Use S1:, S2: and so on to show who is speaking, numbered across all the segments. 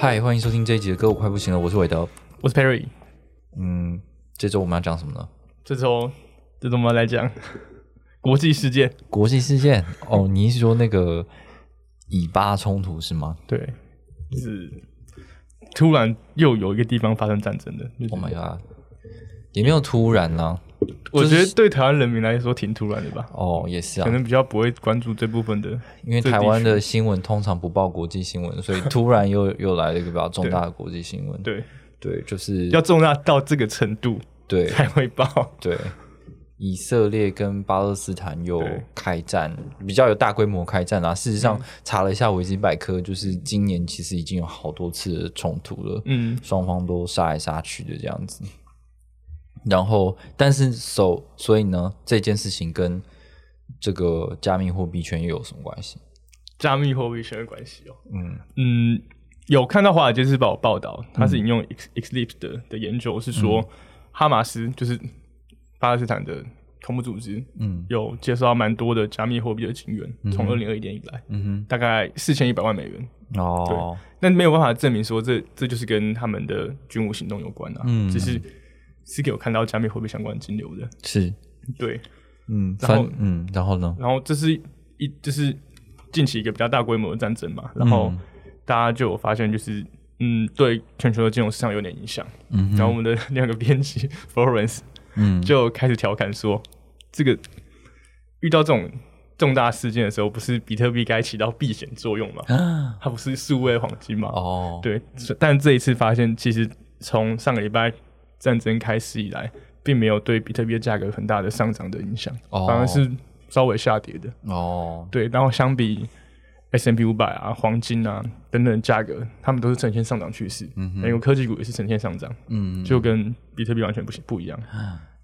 S1: 嗨，欢迎收听这一集的《歌舞快不行了》，我是韦德。
S2: 我是 Perry，
S1: 嗯，这周我们要讲什么呢？
S2: 这周这周我们要来讲国际事件。
S1: 国际事件 哦，你是说那个以巴冲突是吗
S2: 对，就是突然又有一个地方发生战争的。就是
S1: ？Oh my god，也没有突然啦、
S2: 我
S1: 就是
S2: 觉得对台湾人民来说挺突然的吧，
S1: 哦，也是
S2: 可
S1: 啊，
S2: 能比较不会关注这部分的。
S1: 因为
S2: 这
S1: 台
S2: 地
S1: 湾
S2: 区
S1: 的新闻通常不报国际新闻，所以突然又又来了一个比较重大的国际新闻。
S2: 对，
S1: 对，就是
S2: 要重大到这个程度
S1: 对
S2: 才会爆。
S1: 对，以色列跟巴勒斯坦有
S2: 对嗯
S1: 开战，比较有大规模开战啊。事实上，查了一下维基百科，就是今年其实已经有好多次的冲突了。
S2: 嗯，
S1: 双方都杀来杀去的这样子。然后，但是所所以呢，这件事情跟这个加密货币圈又有什么关系？
S2: 加密货币圈的关系哦。
S1: 嗯
S2: 嗯，有看到《华尔街日报》报道，它是引
S1: 嗯
S2: 用 Ex Eclipse 的的研究，是说、哈马斯就是巴勒斯坦的恐怖组织，
S1: 嗯
S2: 有介绍蛮多的加密货币的金源，从二零二一年以来，
S1: 嗯
S2: 大概四千一百万美元。
S1: 哼，哦，
S2: 但没有办法证明说这这就是跟他们的军武行动有关啊，
S1: 嗯
S2: 只是是给我看到加密货币相关金流的，
S1: 是，
S2: 对。
S1: 嗯，
S2: 然后
S1: 反嗯，然后呢？
S2: 然后这是一这是近期一个比较大规模的战争嘛，然后
S1: 嗯
S2: 大家就有发现就是。嗯，对全球的金融市场有点影响。
S1: 嗯哼
S2: 然后我们的 另外一个编辑 Florence
S1: 嗯，
S2: 就开始调侃说，这个遇到这种重大事件的时候，不是比特币该起到避险作用吗？
S1: 啊
S2: 它不是数位黄金吗？
S1: 哦，
S2: 对，所但这一次发现，其实从上个礼拜战争开始以来，并没有对比特币的价格有很大的上涨的影响，
S1: 哦
S2: 反而是稍微下跌的。
S1: 哦，
S2: 对，然后相比 S M P 五百啊、黄金啊等等的价格，它们都是呈现上涨趋势。美国科技股也是呈现上涨，
S1: 嗯，啊
S2: 就跟比特币完全不不一样。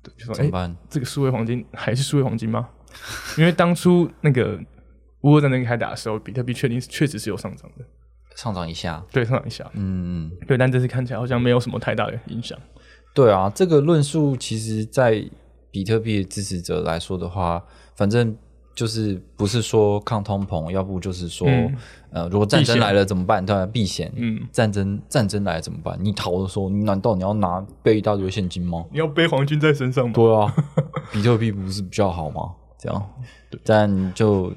S2: 对，就说
S1: 怎么
S2: 哎、
S1: 办？
S2: 这个数位黄金还是数位黄金吗？ 因为当初那个乌俄战争开打的时候，比特币确定确实是有上涨的，
S1: 上涨一下，
S2: 对，上涨一下。
S1: 嗯，嗯
S2: 对，但这次看起来好像没有什么太大的影响。
S1: 对啊，这个论述其实，在比特币的支持者来说的话，反正就是不是说抗通膨，要不就是说，
S2: 嗯
S1: 呃，如果战争
S2: 避险
S1: 来了怎么办？对、啊，避险。
S2: 嗯，
S1: 战争战争来了怎么办？你逃的时候，你难道你要拿背一大堆现金吗？
S2: 你要背黄金在身上吗？
S1: 对啊， 比特币不是比较好吗？这样，但就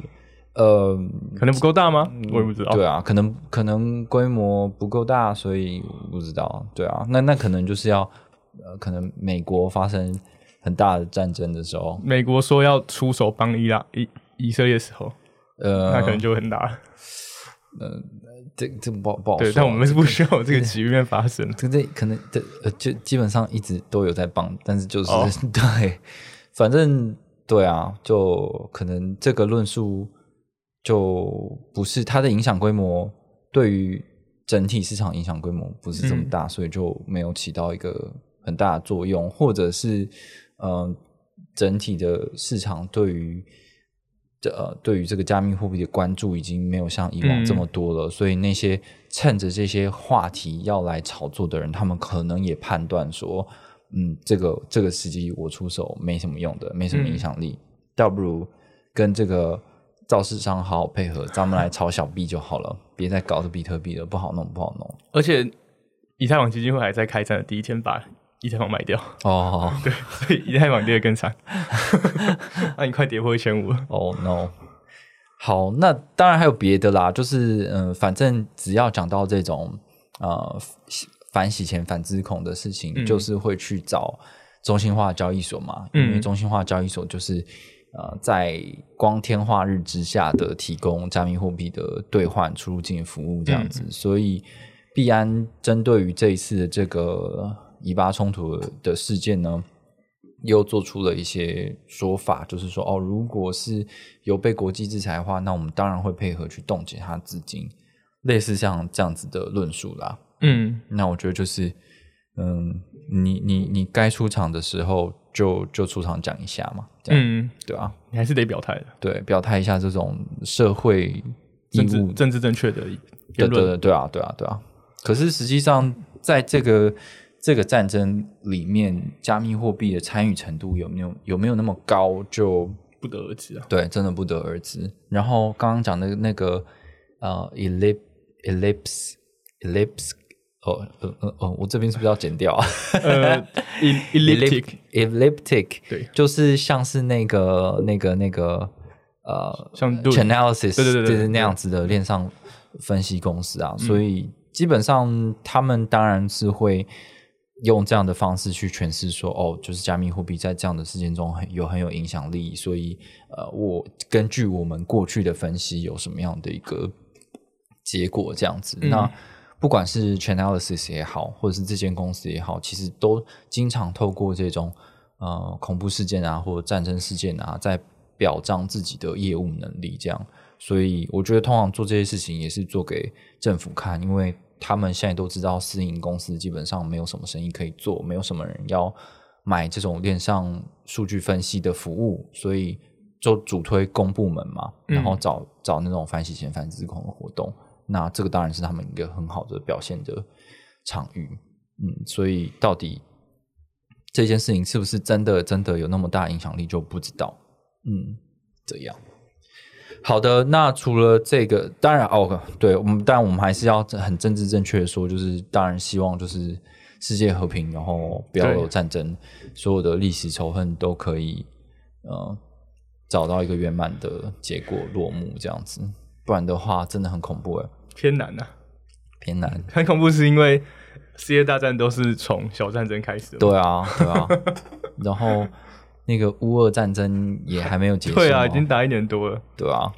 S1: 呃，
S2: 可能不够大吗？我也不知道。
S1: 对啊，可能可能规模不够大，所以我不知道。对啊，那那可能就是要呃，可能美国发生很大的战争的时候，
S2: 美国说要出手帮伊拉以以色列的时候，
S1: 呃，
S2: 那可能就会很大了。
S1: 这这不好不好说啊。
S2: 对，但我们是不需要有这个局面发生。
S1: 这这可能这呃，就基本上一直都有在帮，但是就是、
S2: 哦
S1: 对，反正对啊，就可能这个论述就不是它的影响规模对于整体市场影响规模不是这么大，所以就没有起到一个很大的作用，或者是嗯、呃整体的市场对于。这呃，对于这个加密货币的关注已经没有像以往这么
S2: 嗯
S1: 多了，所以那些趁着这些话题要来炒作的人，他们可能也判断说，嗯，这个这个时机我出手没什么用的，没什么影响力，倒不如跟这个造市商好好配合，咱们来炒小币就好了，别再搞这比特币了，不好弄，不好弄。
S2: 而且以太坊基金会还在开战的第一天把以太坊卖掉，
S1: 哦
S2: 对，所以以太坊跌得更惨。 那你快跌破一千五了。
S1: 哦 no，好，那当然还有别的啦，就是嗯、呃反正只要讲到这种呃洗反洗钱、反资恐的事情，
S2: 嗯
S1: 就是会去找中心化交易所嘛，因为
S2: 嗯
S1: 中心化交易所就是。呃，在光天化日之下的提供加密货币的兑换出入境服务这样子，所以币安针对于这一次的这个以巴冲突的事件呢，又做出了一些说法，就是说哦，如果是有被国际制裁的话，那我们当然会配合去冻结他的资金。类似像这样子的论述啦。
S2: 嗯
S1: 那我觉得就是，嗯，你你你该出场的时候就就出场讲一下嘛，这样、
S2: 嗯，
S1: 对啊，
S2: 你还是得表态的，
S1: 对，表态一下这种社会义
S2: 政治
S1: 务
S2: 政治正确的
S1: 对
S2: 言
S1: 对
S2: 论，
S1: 对对啊，对啊，对啊。可是实际上，在这个这个战争里面，加密货币的参与程度有没有有没有那么高，就
S2: 不得而知啊。
S1: 对，真的不得而知。然后刚刚讲的那个呃，ellip ellipse ellipse，哦呃呃哦，我这边是不是要剪掉啊
S2: 呃 e-，elliptic
S1: elliptic，
S2: 对
S1: 就是像是那个那个那个呃
S2: 像
S1: c h a n a l y s i s
S2: 对对对对嗯
S1: 就是那样子的链上分析公司啊，所以基本上他们当然是会用这样的方式去诠释说，哦，就是加密货币在这样的事件中很有很有影响力，所以呃，我根据我们过去的分析有什么样的一个结果这样
S2: 嗯
S1: 子，那。不管是 Chainalysis 也好，或者是这间公司也好，其实都经常透过这种呃恐怖事件啊，或者战争事件啊，在表彰自己的业务能力。这样，所以我觉得通常做这些事情也是做给政府看，因为他们现在都知道私营公司基本上没有什么生意可以做，没有什么人要买这种链上数据分析的服务，所以就主推公部门嘛，
S2: 嗯
S1: 然后找、找那种反洗钱、反自控的活动。那这个当然是他们一个很好的表现的场域。嗯，所以到底这件事情是不是真的真的有那么大影响力，就不知道。嗯，这样。好的，那除了这个，当然哦，对我们，当然我们还是要很政治正确的说，就是当然希望就是世界和平，然后不要
S2: 对
S1: 有战争，所有的历史仇恨都可以呃找到一个圆满的结果落幕，这样子，不然的话真的很恐怖哎，
S2: 偏难呐、啊。
S1: 偏难。
S2: 很恐怖是因为世界大战都是从小战争开始的嘛，
S1: 对啊，对啊， 然后那个乌俄战争也还没有结束嘛，哦
S2: 对啊，已经打一年多了，
S1: 对啊，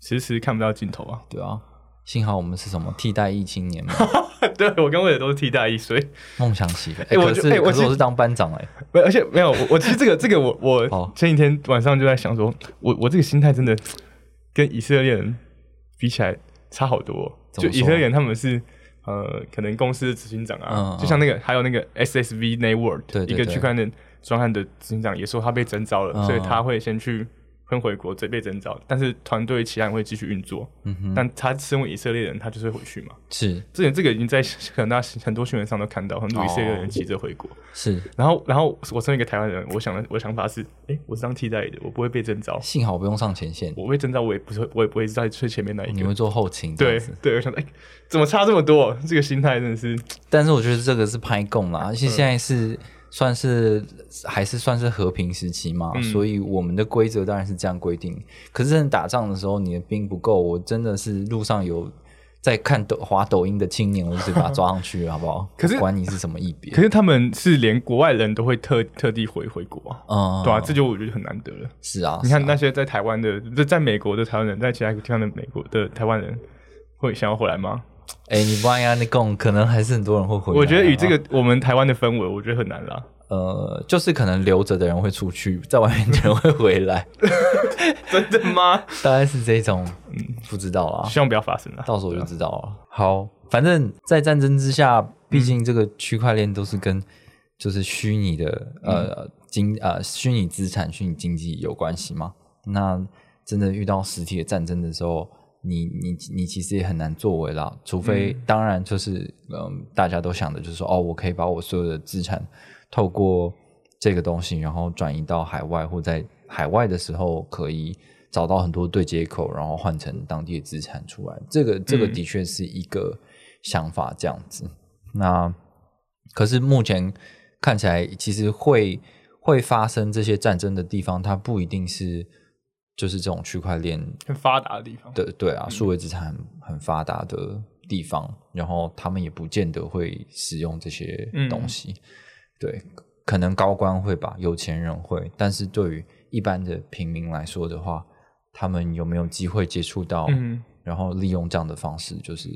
S2: 迟迟看不到尽头啊。
S1: 对啊，幸好我们是什么替代役青年嘛，
S2: 对我跟魏也都是替代役，所以
S1: 梦想起飞。哎、
S2: 哎我
S1: 可
S2: 觉
S1: 是、
S2: 哎我
S1: 可是
S2: 其
S1: 我
S2: 实
S1: 是当班长哎、
S2: 没有而且没有我，我其实这个这个我
S1: 哦
S2: 我前几天晚上就在想说，我我这个心态真的跟以色列人比起来差好多哦、
S1: 怎
S2: 就
S1: 么
S2: 以
S1: 说
S2: 色列人他们是。呃，可能公司的执行长
S1: 嗯
S2: 啊，就像那个，还有那个 SSV Network
S1: 对对
S2: 一个
S1: 对
S2: 区块链专案的执行长也说他被征召了，
S1: 嗯
S2: 所以
S1: 嗯
S2: 他会先去喷回国，这被征召，但是团队其他人会继续运作。
S1: 嗯哼，
S2: 但他身为以色列人，他就是会回去嘛。
S1: 是
S2: 之前这个已经在很大很多新闻上都看到，很多以色列
S1: 哦
S2: 人急着回国。
S1: 是，
S2: 然后，然后我身为一个台湾人，我想的我的想法是，诶，我是当替代的，我不会被征召，
S1: 幸好不用上前线，
S2: 我被征召，我也不是，我也不会是在最前面那一
S1: 你
S2: 个。
S1: 会做后勤这
S2: 对
S1: 样子。
S2: 对，我想，诶，怎么差这么多？这个心态真的是，
S1: 但是我觉得这个是拍供啦，
S2: 嗯
S1: 而且现在是算是还是算是和平时期嘛，
S2: 嗯
S1: 所以我们的规则当然是这样规定。可是真的打仗的时候，你的兵不够，我真的是路上有在看抖滑抖音的青年，我就得把他抓上去，好不好？
S2: 可是
S1: 管你是什么一别
S2: 可，是他们是连国外人都会特特地回回国啊，
S1: 嗯，
S2: 对啊，这就我觉得很难得了。
S1: 是啊，
S2: 你看
S1: 是啊
S2: 那些在台湾的，就在美国的台湾人，在其他地方的美国的台湾人，会想要回来吗？
S1: 哎、你不按压力供，可能还是很多人会回来啊。
S2: 我觉得以这个我们台湾的氛围，我觉得很难 啦。
S1: 呃，就是可能留着的人会出去，在外面的人会回 来，
S2: 真的吗？
S1: 大概是这种，
S2: 嗯
S1: 不知道啊，
S2: 希望不要发生啦。
S1: 到时候我就知道了。好，反正，在战争之下，毕竟这个区块链都是跟就是虚拟的、呃经呃虚拟资产、虚拟经济有关系嘛。那真的遇到实体的战争的时候，你你你其实也很难作为啦，除非、当然就是嗯、大家都想的就是说哦，我可以把我所有的资产透过这个东西，然后转移到海外，或在海外的时候可以找到很多对接口，然后换成当地的资产出来。这个这个
S2: 嗯
S1: 的确是一个想法，这样子。那可是目前看起来，其实会会发生这些战争的地方，它不一定是就是这种区块链
S2: 很发达的地方。
S1: 对对啊，数位资产很发达的地方，然后他们也不见得会使用这些东西。对，可能高官会吧，有钱人会，但是对于一般的平民来说的话，他们有没有机会接触到？
S2: 嗯
S1: 然后利用这样的方式，就是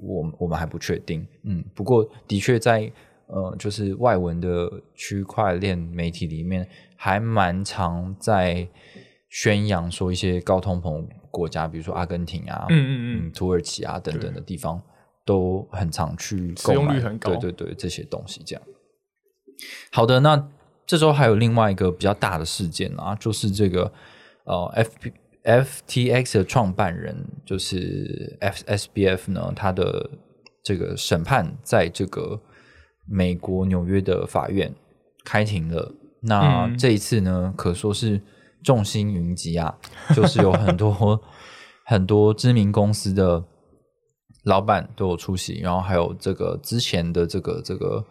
S1: 我们我们还不确定。嗯，不过的确在呃，就是外文的区块链媒体里面，还蛮常在宣扬说一些高通膨国家，比如说阿根廷啊，
S2: 嗯嗯嗯
S1: 嗯，土耳其啊等等的地方，都很常去
S2: 使
S1: 购
S2: 用
S1: 买
S2: 率很高
S1: 对对对，这些东西这样。好的，那这周还有另外一个比较大的事件啊，就是这个呃 F P FTX 的创办人就是 F SBF 呢，他的这个审判在这个美国纽约的法院开庭了。那
S2: 嗯
S1: 这一次呢，可说是众星云集啊， 就是有很多 很多知名公司的老板都有出席，然后还有这个之前的这个这个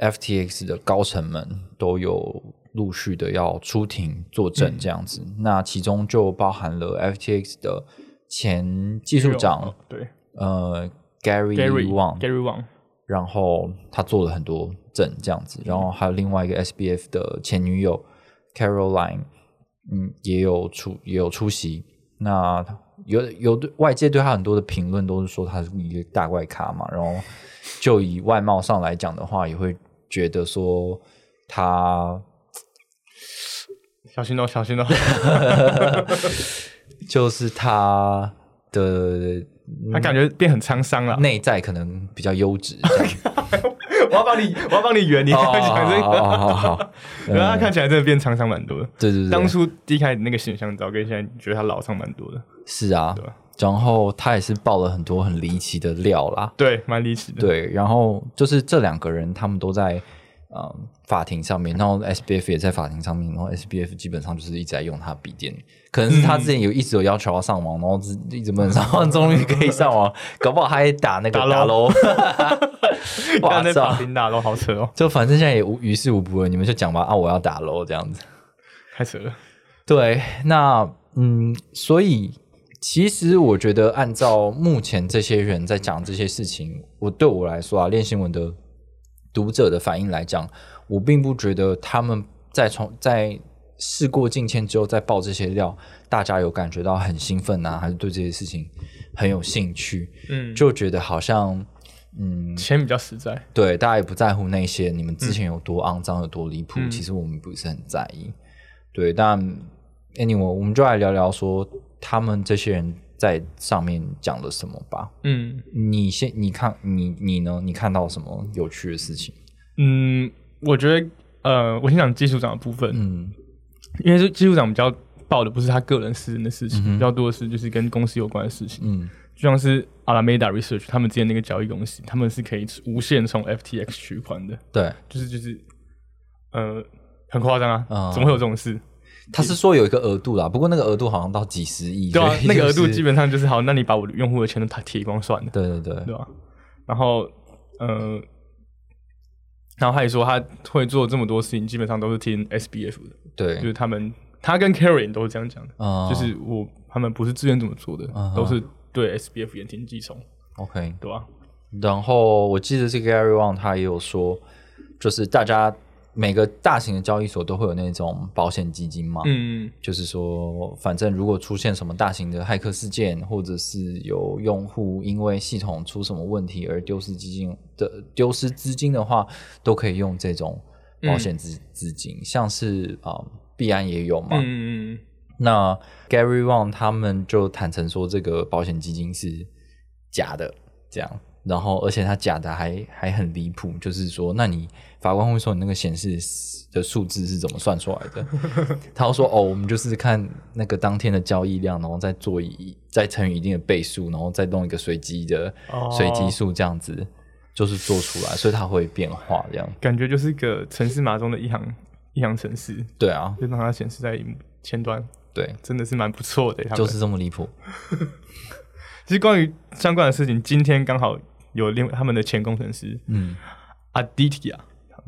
S1: FTX 的高层们都有陆续的要出庭作证这样子。那其中就包含了 FTX 的前技术长
S2: 哦对
S1: 呃 Gary
S2: Gary
S1: Wang，
S2: Gary Wang
S1: 然后他做了很多证这样子，然后还有另外一个 SBF 的前女友 Caroline，嗯，也有出也有出席。那有有对外界对他很多的评论都是说他是一个大怪咖嘛，然后就以外貌上来讲的话，也会觉得说他
S2: 小心哦，小心哦，
S1: 就是他的
S2: 他感觉变很沧桑了。
S1: 内在可能比较优质这样子。
S2: 我要帮你，我要帮你圆，你
S1: 哦
S2: 刚才讲这
S1: 好
S2: 个，
S1: 好好好好，
S2: 然后他看起来真的变沧桑蛮多的。
S1: 对对对，
S2: 当初第一开始那个形象照，跟现在觉得他老上蛮多的，
S1: 是啊
S2: 对，
S1: 然后他也是爆了很多很离奇的料啦。
S2: 对，蛮离奇的。
S1: 对，然后就是这两个人，他们都在呃法庭上面，然后 SBF 也在法庭上面，然后 SBF 基本上就是一直在用他的笔电，可能是他之前有一直有要求要上网，然后是一直不能上网，终于可以上网， 搞不好他也打那个
S2: 打
S1: 打喽，哇
S2: 刚才法
S1: 操！
S2: 庭打都好扯哦，
S1: 就反正现在也无于事无补了，你们就讲吧啊，我要打喽这样子。
S2: 太扯了。
S1: 对，那嗯，所以其实我觉得，按照目前这些人在讲这些事情，我对我来说啊，练新闻的读者的反应来讲，我并不觉得他们在从在事过境迁之后再爆这些料，大家有感觉到很兴奋啊，还是对这些事情很有兴趣，
S2: 嗯，就
S1: 就觉得好像嗯，
S2: 钱比较实在。
S1: 对，大家也不在乎那些你们之前有多肮脏、有多离谱，
S2: 嗯
S1: 其实我们不是很在意。对，但 anyway，我们就来聊聊说他们这些人在上面讲了什么吧。
S2: 嗯
S1: 你先，你看，你你呢？你看到什么有趣的事情？
S2: 嗯，我觉得呃，我先讲技术长的部分，
S1: 嗯
S2: 因为是技术长比较报的不是他个人私人的事情，
S1: 嗯哼
S2: 比较多的是就是跟公司有关的事情，
S1: 嗯
S2: 就像是 Alameda Research 他们之前那个交易公司，他们是可以无限从 FTX 取款的，
S1: 对，
S2: 就是就是呃很夸张啊，
S1: 啊
S2: 怎么会有这种事？
S1: 他是说有一个额度啦，不过那个额度好像到几十亿，
S2: 对啊
S1: 所，以
S2: 那个额度
S1: 就是
S2: 基本上就是好，那你把我的用户的钱都他提光算了，
S1: 对对对，
S2: 对吧、啊然后呃，然后他也说他会做这么多事情，基本上都是听 SBF 的，就
S1: 对
S2: 是他们他跟 Karen 都是这样讲的。
S1: 啊
S2: 就是我他们不是自愿这么做的，
S1: 嗯哼
S2: 都是对 SBF 言听计从，
S1: OK，
S2: 对吧、
S1: 然后我记得这个 Gary Wang 他也有说，就是大家每个大型的交易所都会有那种保险基金嘛，
S2: 嗯，
S1: 就是说，反正如果出现什么大型的骇客事件，或者是有用户因为系统出什么问题而丢失基金的丢失资金的话，都可以用这种保险资资金，像是啊、呃币安也有嘛，
S2: 嗯嗯嗯
S1: 那 Gary Wang 他们就坦诚说，这个保险基金是假的，这样。然后，而且他假的还还很离谱，就是说，那你法官会说你那个显示的数字是怎么算出来 的？他说：“哦，我们就是看那个当天的交易量，然后再做一再乘以一定的倍数，然后再弄一个随机的、
S2: 哦
S1: 随机数，这样子就是做出来，所以它会变化这样。
S2: 感觉就是个城市码中的一行一行城市，
S1: 对啊，
S2: 就让它显示在荧幕前端，
S1: 对，
S2: 真的是蛮不错的。他们
S1: 就是这么离谱。
S2: 其实关于相关的事情，今天刚好有另他们的前工程师
S1: 嗯
S2: 阿迪提亚，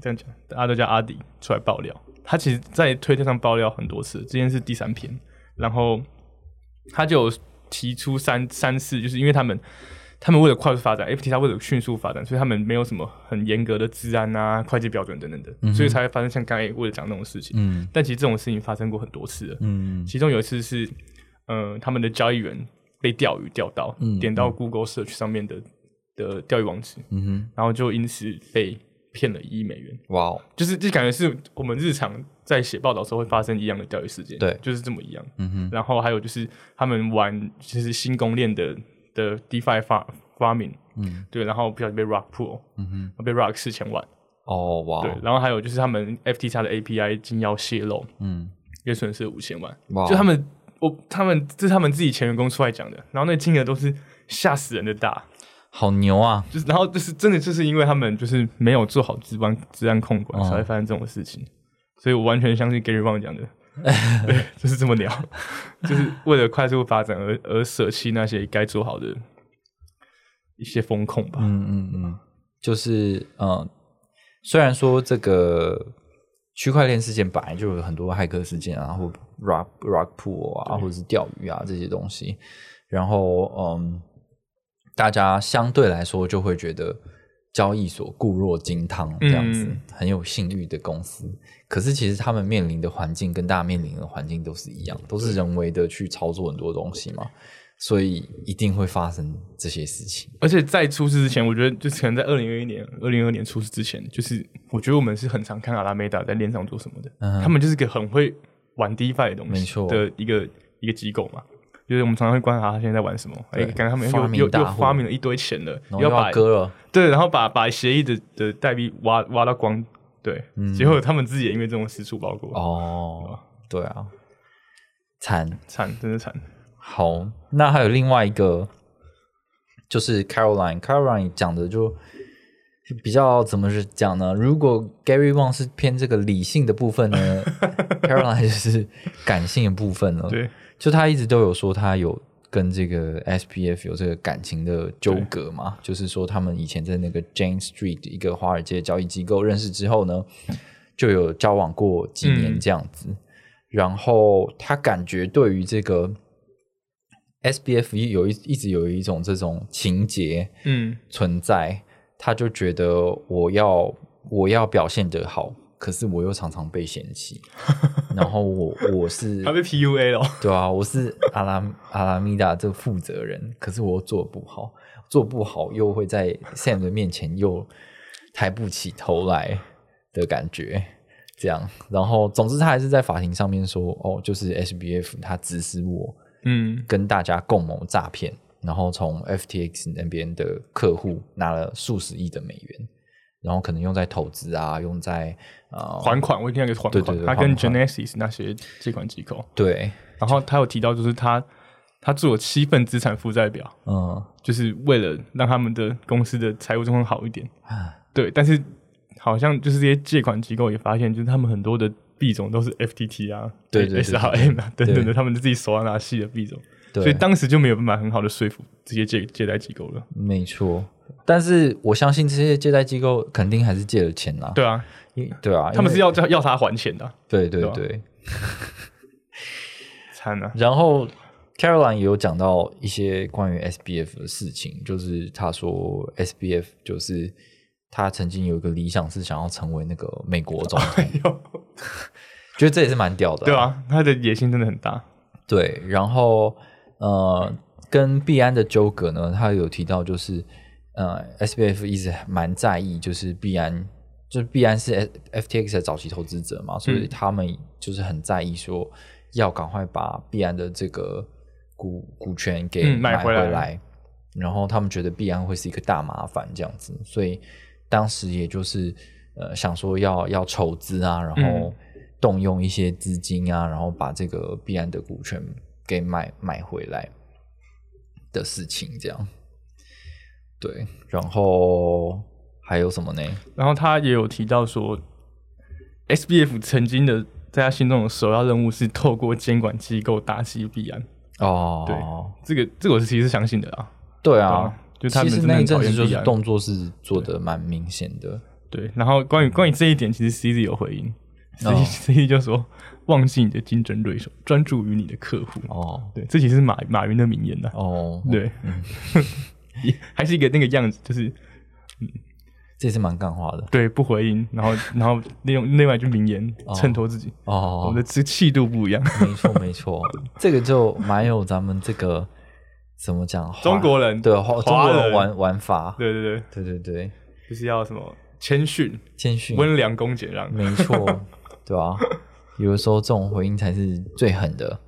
S2: 这样讲，大家都叫阿迪出来爆料。他其实，在推特上爆料很多次，今天是第三篇，然后他就有提出三三次，就是因为他们他们为了快速发展，FTX 为了迅速发展，所以他们没有什么很严格的治安啊、会计标准等等的，所以才会发生像刚才为了讲那种事情。
S1: 嗯
S2: 但其实这种事情发生过很多次了，
S1: 嗯
S2: 其中有一次是，呃，他们的交易员被钓鱼钓到，
S1: 嗯
S2: 点到 Google Search 上面的的钓鱼网址，
S1: 嗯哼，
S2: 然后就因此被骗了一亿美元。
S1: 哇哦，
S2: 就是就感觉是我们日常在写报道的时候会发生一样的钓鱼事件，
S1: 对
S2: 就是这么一样。
S1: 嗯哼，
S2: 然后还有就是他们玩就是新公链的的 DeFi 发发明，
S1: 嗯
S2: 对，然后不小心被 Rock Pool
S1: 嗯哼，
S2: 被 Rock 四千万，
S1: 哦哇，
S2: 对，然后还有就是他们 FTX 的 API 金钥泄露
S1: 嗯，
S2: 也损失五千万，
S1: 哇，
S2: 就他们我他们这是他们自己前员工出来讲的，然后那金额都是吓死人的大，
S1: 好牛啊，
S2: 就是然后就是真的就是因为他们就是没有做好治安治安控管，
S1: 哦
S2: 才会发生这种事情，所以我完全相信 Gary Wang 讲的。对，就是这么聊，就是为了快速发展而而舍弃那些该做好的一些风控吧。
S1: 嗯嗯嗯，就是嗯，虽然说这个区块链事件本来就有很多骇客事件啊，或 rock rock pool 啊，或者是钓鱼啊这些东西，然后嗯，大家相对来说就会觉得交易所固若金汤这样子，
S2: 嗯
S1: 很有信誉的公司。可是其实他们面临的环境跟大家面临的环境都是一样，都是人为的去操作很多东西嘛，所以一定会发生这些事情。
S2: 而且在出事之前，我觉得就是可能在二零二一年、二零二年出事之前，就是我觉得我们是很常看阿拉梅达在链上做什么的。
S1: 嗯哼
S2: 他们就是个很会玩 DeFi 的东西，
S1: 没错
S2: 的一个一个机构嘛。就是我们常常会观察他现在在玩什么，哎、
S1: 对
S2: 感觉他们
S1: 发
S2: 又
S1: 明
S2: 又
S1: 大
S2: 又
S1: 户
S2: 发明了一堆钱了，
S1: 然后
S2: 要
S1: 又
S2: 把
S1: 要割了，
S2: 对，然后把把协议的的代币挖挖到光，对，结果他们自己也因为这种事出包裹，
S1: 嗯哦，对啊，惨
S2: 惨、真的惨。
S1: 嗯好。那还有另外一个，就是 Caroline，Caroline 讲的就比较怎么是讲呢？如果 Gary Wang 是偏这个理性的部分呢 ，Caroline 就是感性的部分了。
S2: 对，
S1: 就他一直都有说他有跟这个 SPF 有这个感情的纠葛嘛，就是说他们以前在那个 Jane Street 一个华尔街交易机构认识之后呢，就有交往过几年这样子。然后他感觉对于这个 SBF 有一一直有一种这种情节，
S2: 嗯，
S1: 存在，他就觉得我要我要表现得好，可是我又常常被嫌弃，然后我我是
S2: 他被 PUA 了，
S1: 对啊，我是阿拉阿拉米达这个负责人，可是我又做不好，做不好又会在 Sam 的面前又抬不起头来的感觉，这样。然后，总之他还是在法庭上面说，哦，就是 SBF 他指使我
S2: 嗯，
S1: 跟大家共谋诈骗，然后从 FTX 那边的客户拿了数十亿的美元，然后可能用在投资啊，用在呃
S2: 还款，我一定要给还款，
S1: 对对对
S2: 他跟
S1: 还款
S2: Genesis 那些借款机构，
S1: 对，
S2: 然后他有提到，就是他他做了七份资产负债表，
S1: 嗯
S2: 就是为了让他们的公司的财务状况好一点。
S1: 啊
S2: 对，但是好像就是这些借款机构也发现，就是他们很多的币种都是 FTT 啊、
S1: 对对对对
S2: SRM 啊等等的，
S1: 对
S2: 他们自己手上拿细的币种，
S1: 对，
S2: 所以当时就没有办法很好的说服这些借借贷机构了。
S1: 没错。但是我相信这些借贷机构肯定还是借了钱啦，
S2: 对啊，
S1: 因对啊，
S2: 他们是
S1: 因为
S2: 要要要他还钱的啊、
S1: 对对
S2: 对吧
S1: 对。
S2: 惨啊！
S1: 然后 Caroline 也有讲到一些关于 SBF 的事情，就是他说 SBF 就是他曾经有一个理想是想要成为那个美国总统，
S2: 哟
S1: 觉得这也是蛮屌的、
S2: 哎对，啊，他的野心真的很大。
S1: 对，然后呃，跟币安的纠葛呢，他有提到就是呃，SBF 一直蛮在意，就是币安，就是币安是 F- FTX 的早期投资者嘛，所
S2: 嗯
S1: 以他们就是很在意说要赶快把币安的这个股股权给
S2: 嗯买
S1: 回
S2: 回来
S1: 然后他们觉得币安会是一个大麻烦这样子，所以当时也就是呃想说要要筹资啊，然后
S2: 嗯
S1: 动用一些资金啊，然后把这个币安的股权给买买回来的事情，这样对，然后还有什么呢？
S2: 然后他也有提到说，SBF 曾经的在他心中的首要任务是透过监管机构打击币安。
S1: 哦，
S2: 这个这个我是其实相信的啊。
S1: 对
S2: 对
S1: 啊
S2: 啊，就他们
S1: 其实
S2: 真的
S1: 那一
S2: 很讨
S1: 阵
S2: 厌
S1: 子就
S2: 币
S1: 是
S2: 安
S1: 动作是做的蛮明显的，
S2: 对，然后关于关于这一点，其实 C Z 有回应，C
S1: 哦
S2: C Z 就说忘记你的竞争对手，专注于你的客户。
S1: 哦
S2: 对，这其实是马马云的名言呐、
S1: 哦，，
S2: 对，也 还是一个那个样子，就是
S1: 这也是蛮干话的
S2: 对不回应，然后然后利用另外一句名言
S1: 哦
S2: 衬托自己，
S1: 哦
S2: 我们的这气度不一样。
S1: 没错，没错，这个就蛮有咱们这个怎么讲，华
S2: 中国人
S1: 对华中
S2: 华
S1: 国人
S2: 人
S1: 玩玩法，
S2: 对对对，
S1: 对对对，
S2: 就是要什么谦逊、
S1: 谦逊，嗯
S2: 温良恭俭让。
S1: 没错，对吧、有的时候这种回应才是最狠的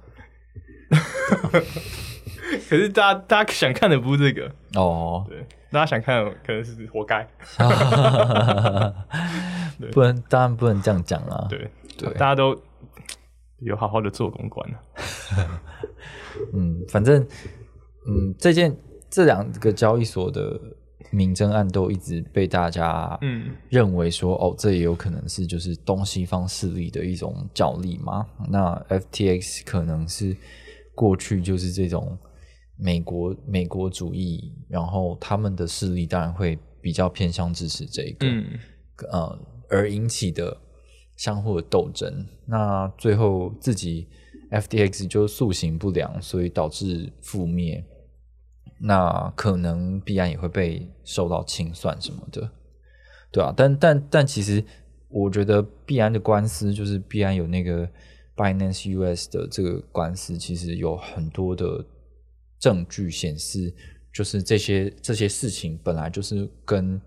S2: 可是大家大家想看的不是这个，
S1: 哦。
S2: 对，大家想看的可能是活该，
S1: 不能，当然不能这样讲啊。
S2: 对
S1: 对
S2: 大家都有好好的做公关啊
S1: 嗯，反正嗯，这件这两个交易所的明争暗斗一直被大家
S2: 嗯
S1: 认为说，哦，这也有可能是就是东西方势力的一种角力嘛。那 FTX 可能是过去就是这种美国美国主义，然后他们的势力当然会比较偏向支持这个，
S2: 嗯，
S1: 呃而引起的相互的斗争。那最后自己 FDX 就塑形不良，所以导致覆灭。那可能必然也会被受到清算什么的，对啊，但但但其实我觉得必然的官司就是必然有那个 Binance US 的这个官司，其实有很多的证据显示，就是这些这些事情本来就是跟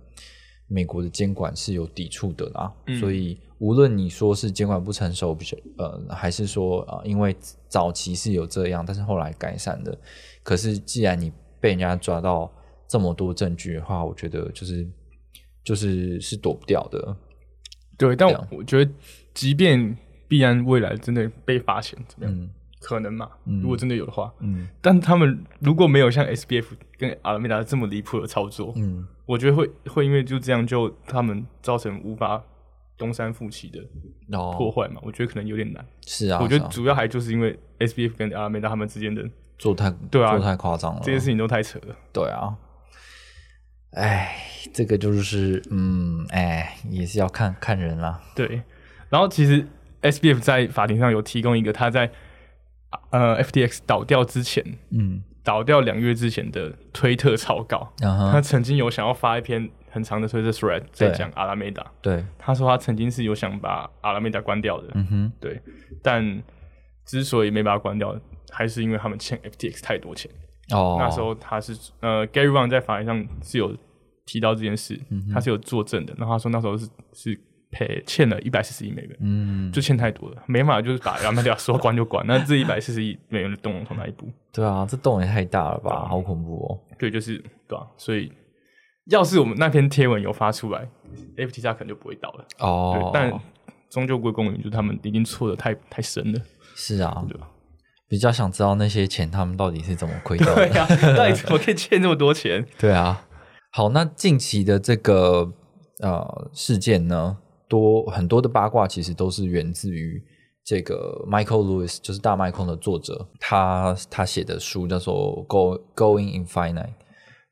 S1: 美国的监管是有抵触的啦，
S2: 嗯
S1: 所以无论你说是监管不成熟，比较呃，还是说啊、呃因为早期是有这样，但是后来改善的，可是既然你被人家抓到这么多证据的话，我觉得就是就是是躲不掉的。
S2: 对，但
S1: 对啊
S2: 我我觉得，即便必然未来真的被发现，怎么样？
S1: 嗯
S2: 可能嘛？
S1: 嗯
S2: 如果真的有的话，
S1: 嗯
S2: 但他们如果没有像 SBF 跟阿拉米达这么离谱的操作，
S1: 嗯
S2: 我觉得会会因为就这样就他们造成无法东山复起的
S1: 哦，
S2: 破坏嘛？我觉得可能有点难。
S1: 是啊，
S2: 我觉
S1: 是
S2: 得
S1: 啊哦
S2: 主要还就是因为 SBF 跟阿拉梅达他们之间的
S1: 做太
S2: 对啊
S1: 做太夸张了，
S2: 这件事情都太扯了。
S1: 对啊。哎，这个就是嗯，哎，也是要看看人啦。
S2: 对，然后其实 SBF 在法庭上有提供一个他在呃 FTX 倒掉之前，
S1: 嗯，
S2: 倒掉两月之前的推特草稿，
S1: 然
S2: 他
S1: 后
S2: 曾经有想要发一篇很长的推特 thread 在讲阿拉梅达，
S1: 对，
S2: 他说他曾经是有想把阿拉梅达关掉的，
S1: 嗯哼，
S2: 对，但之所以没把它关掉，还是因为他们欠 FTX 太多钱。
S1: 哦，
S2: 那时候他是呃 Gary Run 在法庭上是有提到这件事，
S1: 嗯
S2: 他是有作证的。然后他说那时候是是赔欠了一百四十亿美元，
S1: 嗯，
S2: 就欠太多了，没办法，就是把阿曼迪亚说关 就关。那这一百四十亿美元的动容从哪一步？
S1: 对啊，这洞也太大了吧，好恐怖哦。
S2: 对，就是对吧、所以要是我们那篇贴文有发出来，FTX 可能就不会倒了。
S1: 哦
S2: 对，，但终究归功于就是他们已经错的太太深了，
S1: 是啊，
S2: 对吧？
S1: 比较想知道那些钱他们到底是怎么亏到
S2: 对
S1: 的。
S2: 呀、到底怎么可以欠这么多钱？
S1: 对啊，好，那近期的这个呃事件呢，多很多的八卦其实都是源自于这个 Michael Lewis，就是大麦空的作者，他他写的书叫做《Go Going Infinite》，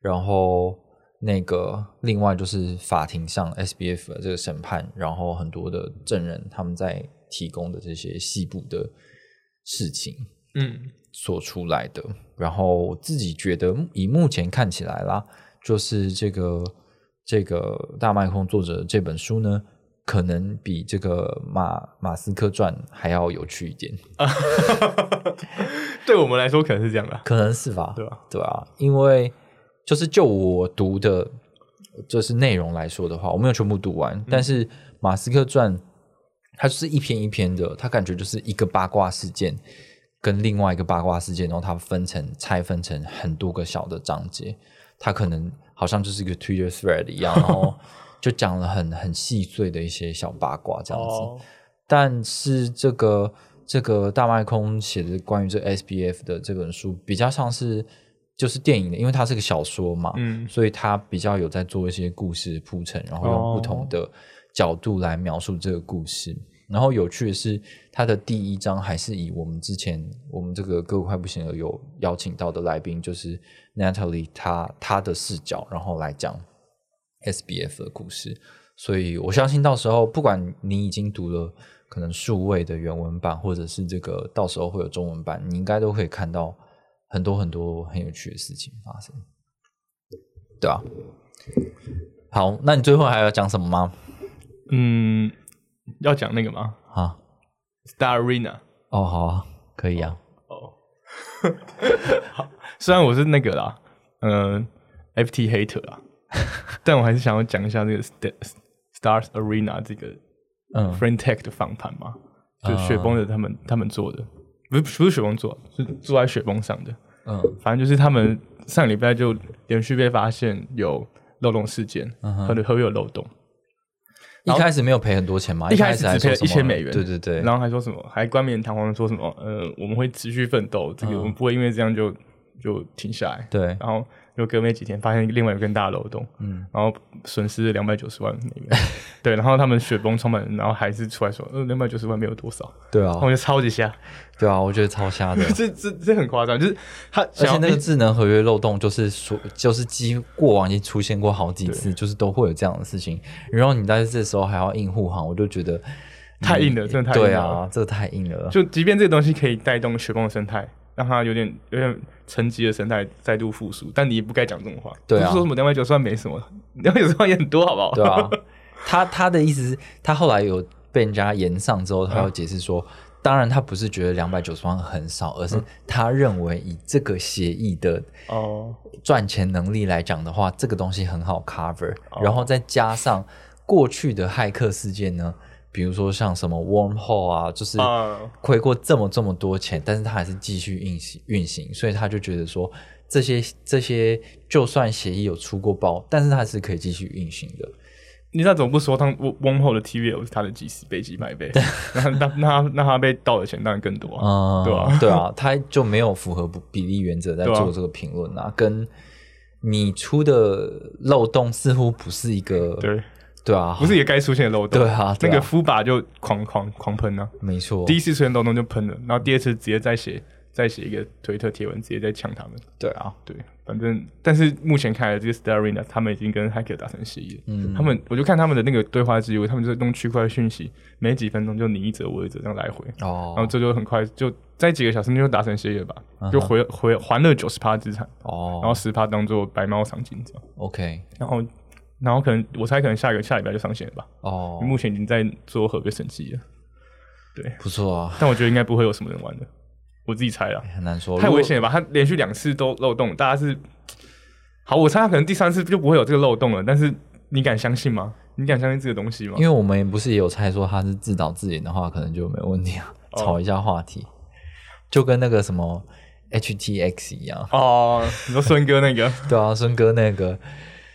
S1: 然后那个另外就是法庭上 SBF 的这个审判，然后很多的证人他们在提供的这些细部的事情，
S2: 嗯，
S1: 所出来的。然后我自己觉得，嗯以目前看起来啦，就是这个这个大麦空作者这本书呢，可能比这个马马斯克传还要有趣一点，
S2: 对我们来说可能是这样的。
S1: 可能是吧？
S2: 对啊，
S1: 对啊，因为就是就我读的，就是内容来说的话，我没有全部读完，
S2: 嗯
S1: 但是马斯克传。它就是一篇一篇的，它感觉就是一个八卦事件跟另外一个八卦事件，然后它分成拆分成很多个小的章节，它可能好像就是一个 Twitter thread 一样，然后就讲了很很细碎的一些小八卦这样子。
S2: 哦
S1: 但是这个这个大麦空写的关于这 SBF 的这本书，比较像是就是电影的，因为它是个小说嘛，
S2: 嗯
S1: 所以它比较有在做一些故事铺陈，然后哦用不同的角度来描述这个故事。然后有趣的是，它的第一章还是以我们之前我们这个各快不行了有邀请到的来宾，就是 Natalie 她她的视角，然后来讲 SBF 的故事。所以我相信到时候，不管你已经读了可能数位的原文版，或者是这个到时候会有中文版，你应该都可以看到很多很多很有趣的事情发生，对啊。好，那你最后还要讲什么吗？
S2: 嗯，要讲那个吗
S1: 啊，
S2: ？Star Arena。
S1: 哦，好啊，可以啊，
S2: 虽然我是那个啦，嗯、f t hater 啦，但我还是想要讲一下这个 St- Stars Arena 这个
S1: 嗯
S2: 哦
S1: 哦
S2: f r i e n d Tech 的访谈嘛。就雪崩的他们、他们做的，不是不是雪崩做，是坐在雪崩上的。
S1: 嗯
S2: 反正就是他们上礼拜就连续被发现有漏洞事件，
S1: 嗯哼
S2: 合约合约有漏洞，
S1: 一开始没有赔很多钱嘛，
S2: 一
S1: 开
S2: 开
S1: 始
S2: 始
S1: 还
S2: 只
S1: 说
S2: 赔
S1: 什么
S2: 一千美元，
S1: 对对对，
S2: 然后还说什么，还冠冕堂皇的说什么，呃，我们会持续奋斗，这个我们不会因为这样就就停下来，
S1: 嗯对，
S2: 然后就隔没几天发现另外一个更大的漏洞，
S1: 嗯
S2: 嗯，然后损失两百九十万美元， 对，然后他们雪崩创办人，然后还是出来说，呃，两百九十万没有多少，
S1: 对啊
S2: 然，后我就超级瞎，。
S1: 对啊，我觉得超瞎的
S2: 这这这很夸张，就是他
S1: 而且
S2: 想要哎
S1: 那个智能合约漏洞，就是说，就是几过往已经出现过好几次，就是都会有这样的事情。然后你在这时候还要硬护航，我就觉得
S2: 太硬了
S1: 嗯
S2: 真的太硬了
S1: 对啊，这太硬了。
S2: 就即便这个东西可以带动雪崩的生态，让它有点有点沉寂的生态再度复苏，但你也不该讲这种话。
S1: 对啊
S2: 不是说什么两百九十万没什么，两百九十万也很多，好不好？
S1: 对啊，他他的意思是，他后来有被人家延上之后，他有解释说，当然他不是觉得两百九十万很少，而
S2: 嗯
S1: 是他认为以这个协议的
S2: 哦，
S1: 赚钱能力来讲的话，这个东西很好 cover，、然
S2: 哦
S1: 后再加上过去的骇客事件呢，比如说像什么 Wormhole 啊，就是
S2: 啊
S1: 亏过这么这么多钱，但是他还是继续运行运行，所以他就觉得说这些这些就算协议有出过包，但是它还是可以继续运行的。
S2: 你那怎么不说他翁翁后的 TVL 是他的几十倍、几百倍？那那那那他被盗的钱当然更多啊。
S1: 嗯，
S2: 对啊
S1: 对啊，他就没有符合不比例原则在
S2: 对啊
S1: 做这个评论啊，跟你出的漏洞似乎不是一个
S2: 对，
S1: 对啊，
S2: 不是也该出现的漏洞。
S1: 对啊对啊
S2: 那个夫把就狂狂狂喷啊！
S1: 没错，
S2: 第一次出现漏洞就喷了，然后第二次直接再写再写一个推特贴文，直接再呛他们。
S1: 对啊，
S2: 对，反正但是目前看来，这个 Starina 他们已经跟 Hacker 达成协议了。
S1: 嗯
S2: 他们我就看他们的那个对话记录，他们就是用区块讯息，每几分钟就你一则我一则这样来回，
S1: 哦，
S2: 然后这就很快就在几个小时内就达成协议了吧？
S1: 嗯哼
S2: 就回回还了九十趴资产，
S1: 哦，
S2: 然后十趴当做白猫赏金这样，
S1: OK，
S2: 然后。然后可能我猜可能下个下礼拜就上线了吧，
S1: 哦，
S2: 目前已经在做合约审计了，
S1: 不错啊，
S2: 但我觉得应该不会有什么人玩的，我自己猜啦。
S1: 很难说，
S2: 太
S1: 如果
S2: 危险。了吧？他连续两次都漏洞，大家是好，我猜他可能第三次就不会有这个漏洞了。但是你敢相信吗？你敢相信这个东西吗
S1: 因？为我们不是也有猜说他是自导自演的话，可能就没问题啊，
S2: 哦
S1: 炒一下话题，就跟那个什么 HTX 一样，
S2: 哦，你说孙哥那个
S1: 对啊，孙哥那个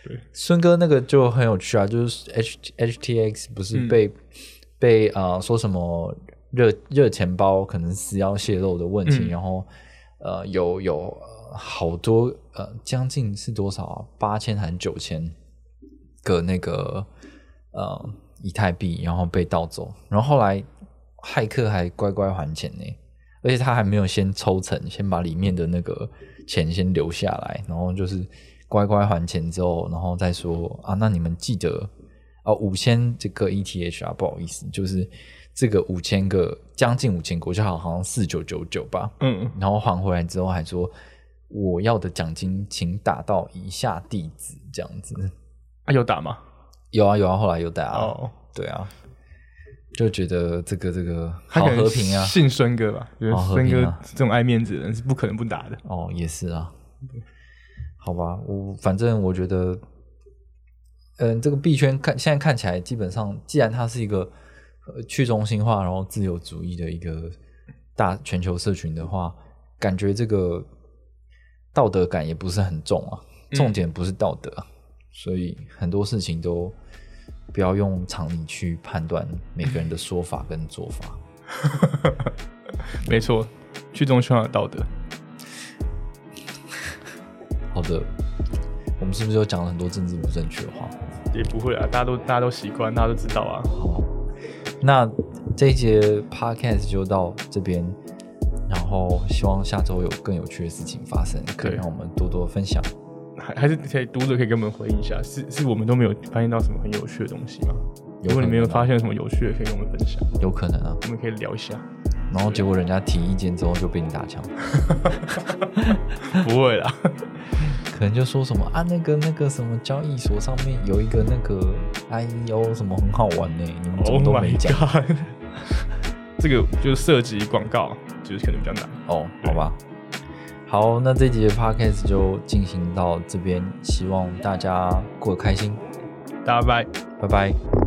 S2: 对，
S1: 孙哥那个就很有趣啊，就是 H HTX 不
S2: 嗯
S1: 是被、被啊、呃说什么热热钱包可能私钥泄露的问题，
S2: 嗯
S1: 然后呃有有呃好多呃将近是多少啊，八千还是九千个那个呃以太币，然后被盗走，然后后来骇客还乖乖还钱呢、而且他还没有先抽成，先把里面的那个钱先留下来，然后就是乖乖还钱之后，然后再说啊，那你们记得啊五千这个 ETH 啊，不好意思，就是这个五千个将近五千个，我记得好像四九九九吧，
S2: 嗯，
S1: 然后还回来之后还说我要的奖金请打到以下地址这样子，
S2: 啊有打吗？
S1: 有啊有啊，后来有打、啊，
S2: 哦，
S1: 对啊，就觉得这个这个
S2: 他
S1: 好
S2: 可能
S1: 和平啊，
S2: 信孙哥吧？觉得
S1: 好和
S2: 孙
S1: 平
S2: 哥
S1: 啊
S2: 这种爱面子的人是不可能不打的。
S1: 哦，也是啊。好吧，我反正我觉得，嗯，这个币圈看现在看起来，基本上既然它是一个呃去中心化，然后自由主义的一个大全球社群的话，感觉这个道德感也不是很重啊。重点不是道德啊，所以很多事情都不要用常理去判断每个人的说法跟做法。
S2: 没错，去中心化的道德。
S1: 好的，我们是不是又讲了很多政治不正确的话？
S2: 也不会啊，大家都大家都习惯，大家都知道啊。
S1: 那这一节 podcast 就到这边，然后希望下周有更有趣的事情发生，可以
S2: 对
S1: 让我们多多分享。
S2: 还还是可以读者可以跟我们回应一下，是是我们都没有发现到什么很有趣的东西吗？
S1: 有
S2: 如果你没有
S1: 可能啊
S2: 发现什么有趣的，可以跟我们分享，
S1: 有可能啊，
S2: 我们可以聊一下。
S1: 然后结果人家提意见之后就被你打枪，
S2: 不会啦。
S1: 可能就说什么啊那个那个什么交易所上面有一个那个 IEO 什么很好玩呢、你 们怎
S2: Oh
S1: 么都
S2: my
S1: 没讲
S2: god！这个就是涉及广告，就是可能比较难。
S1: 哦，好吧。好，那这集的 podcast 就进行到这边，希望大家过得开心，
S2: 大家拜。
S1: 拜拜。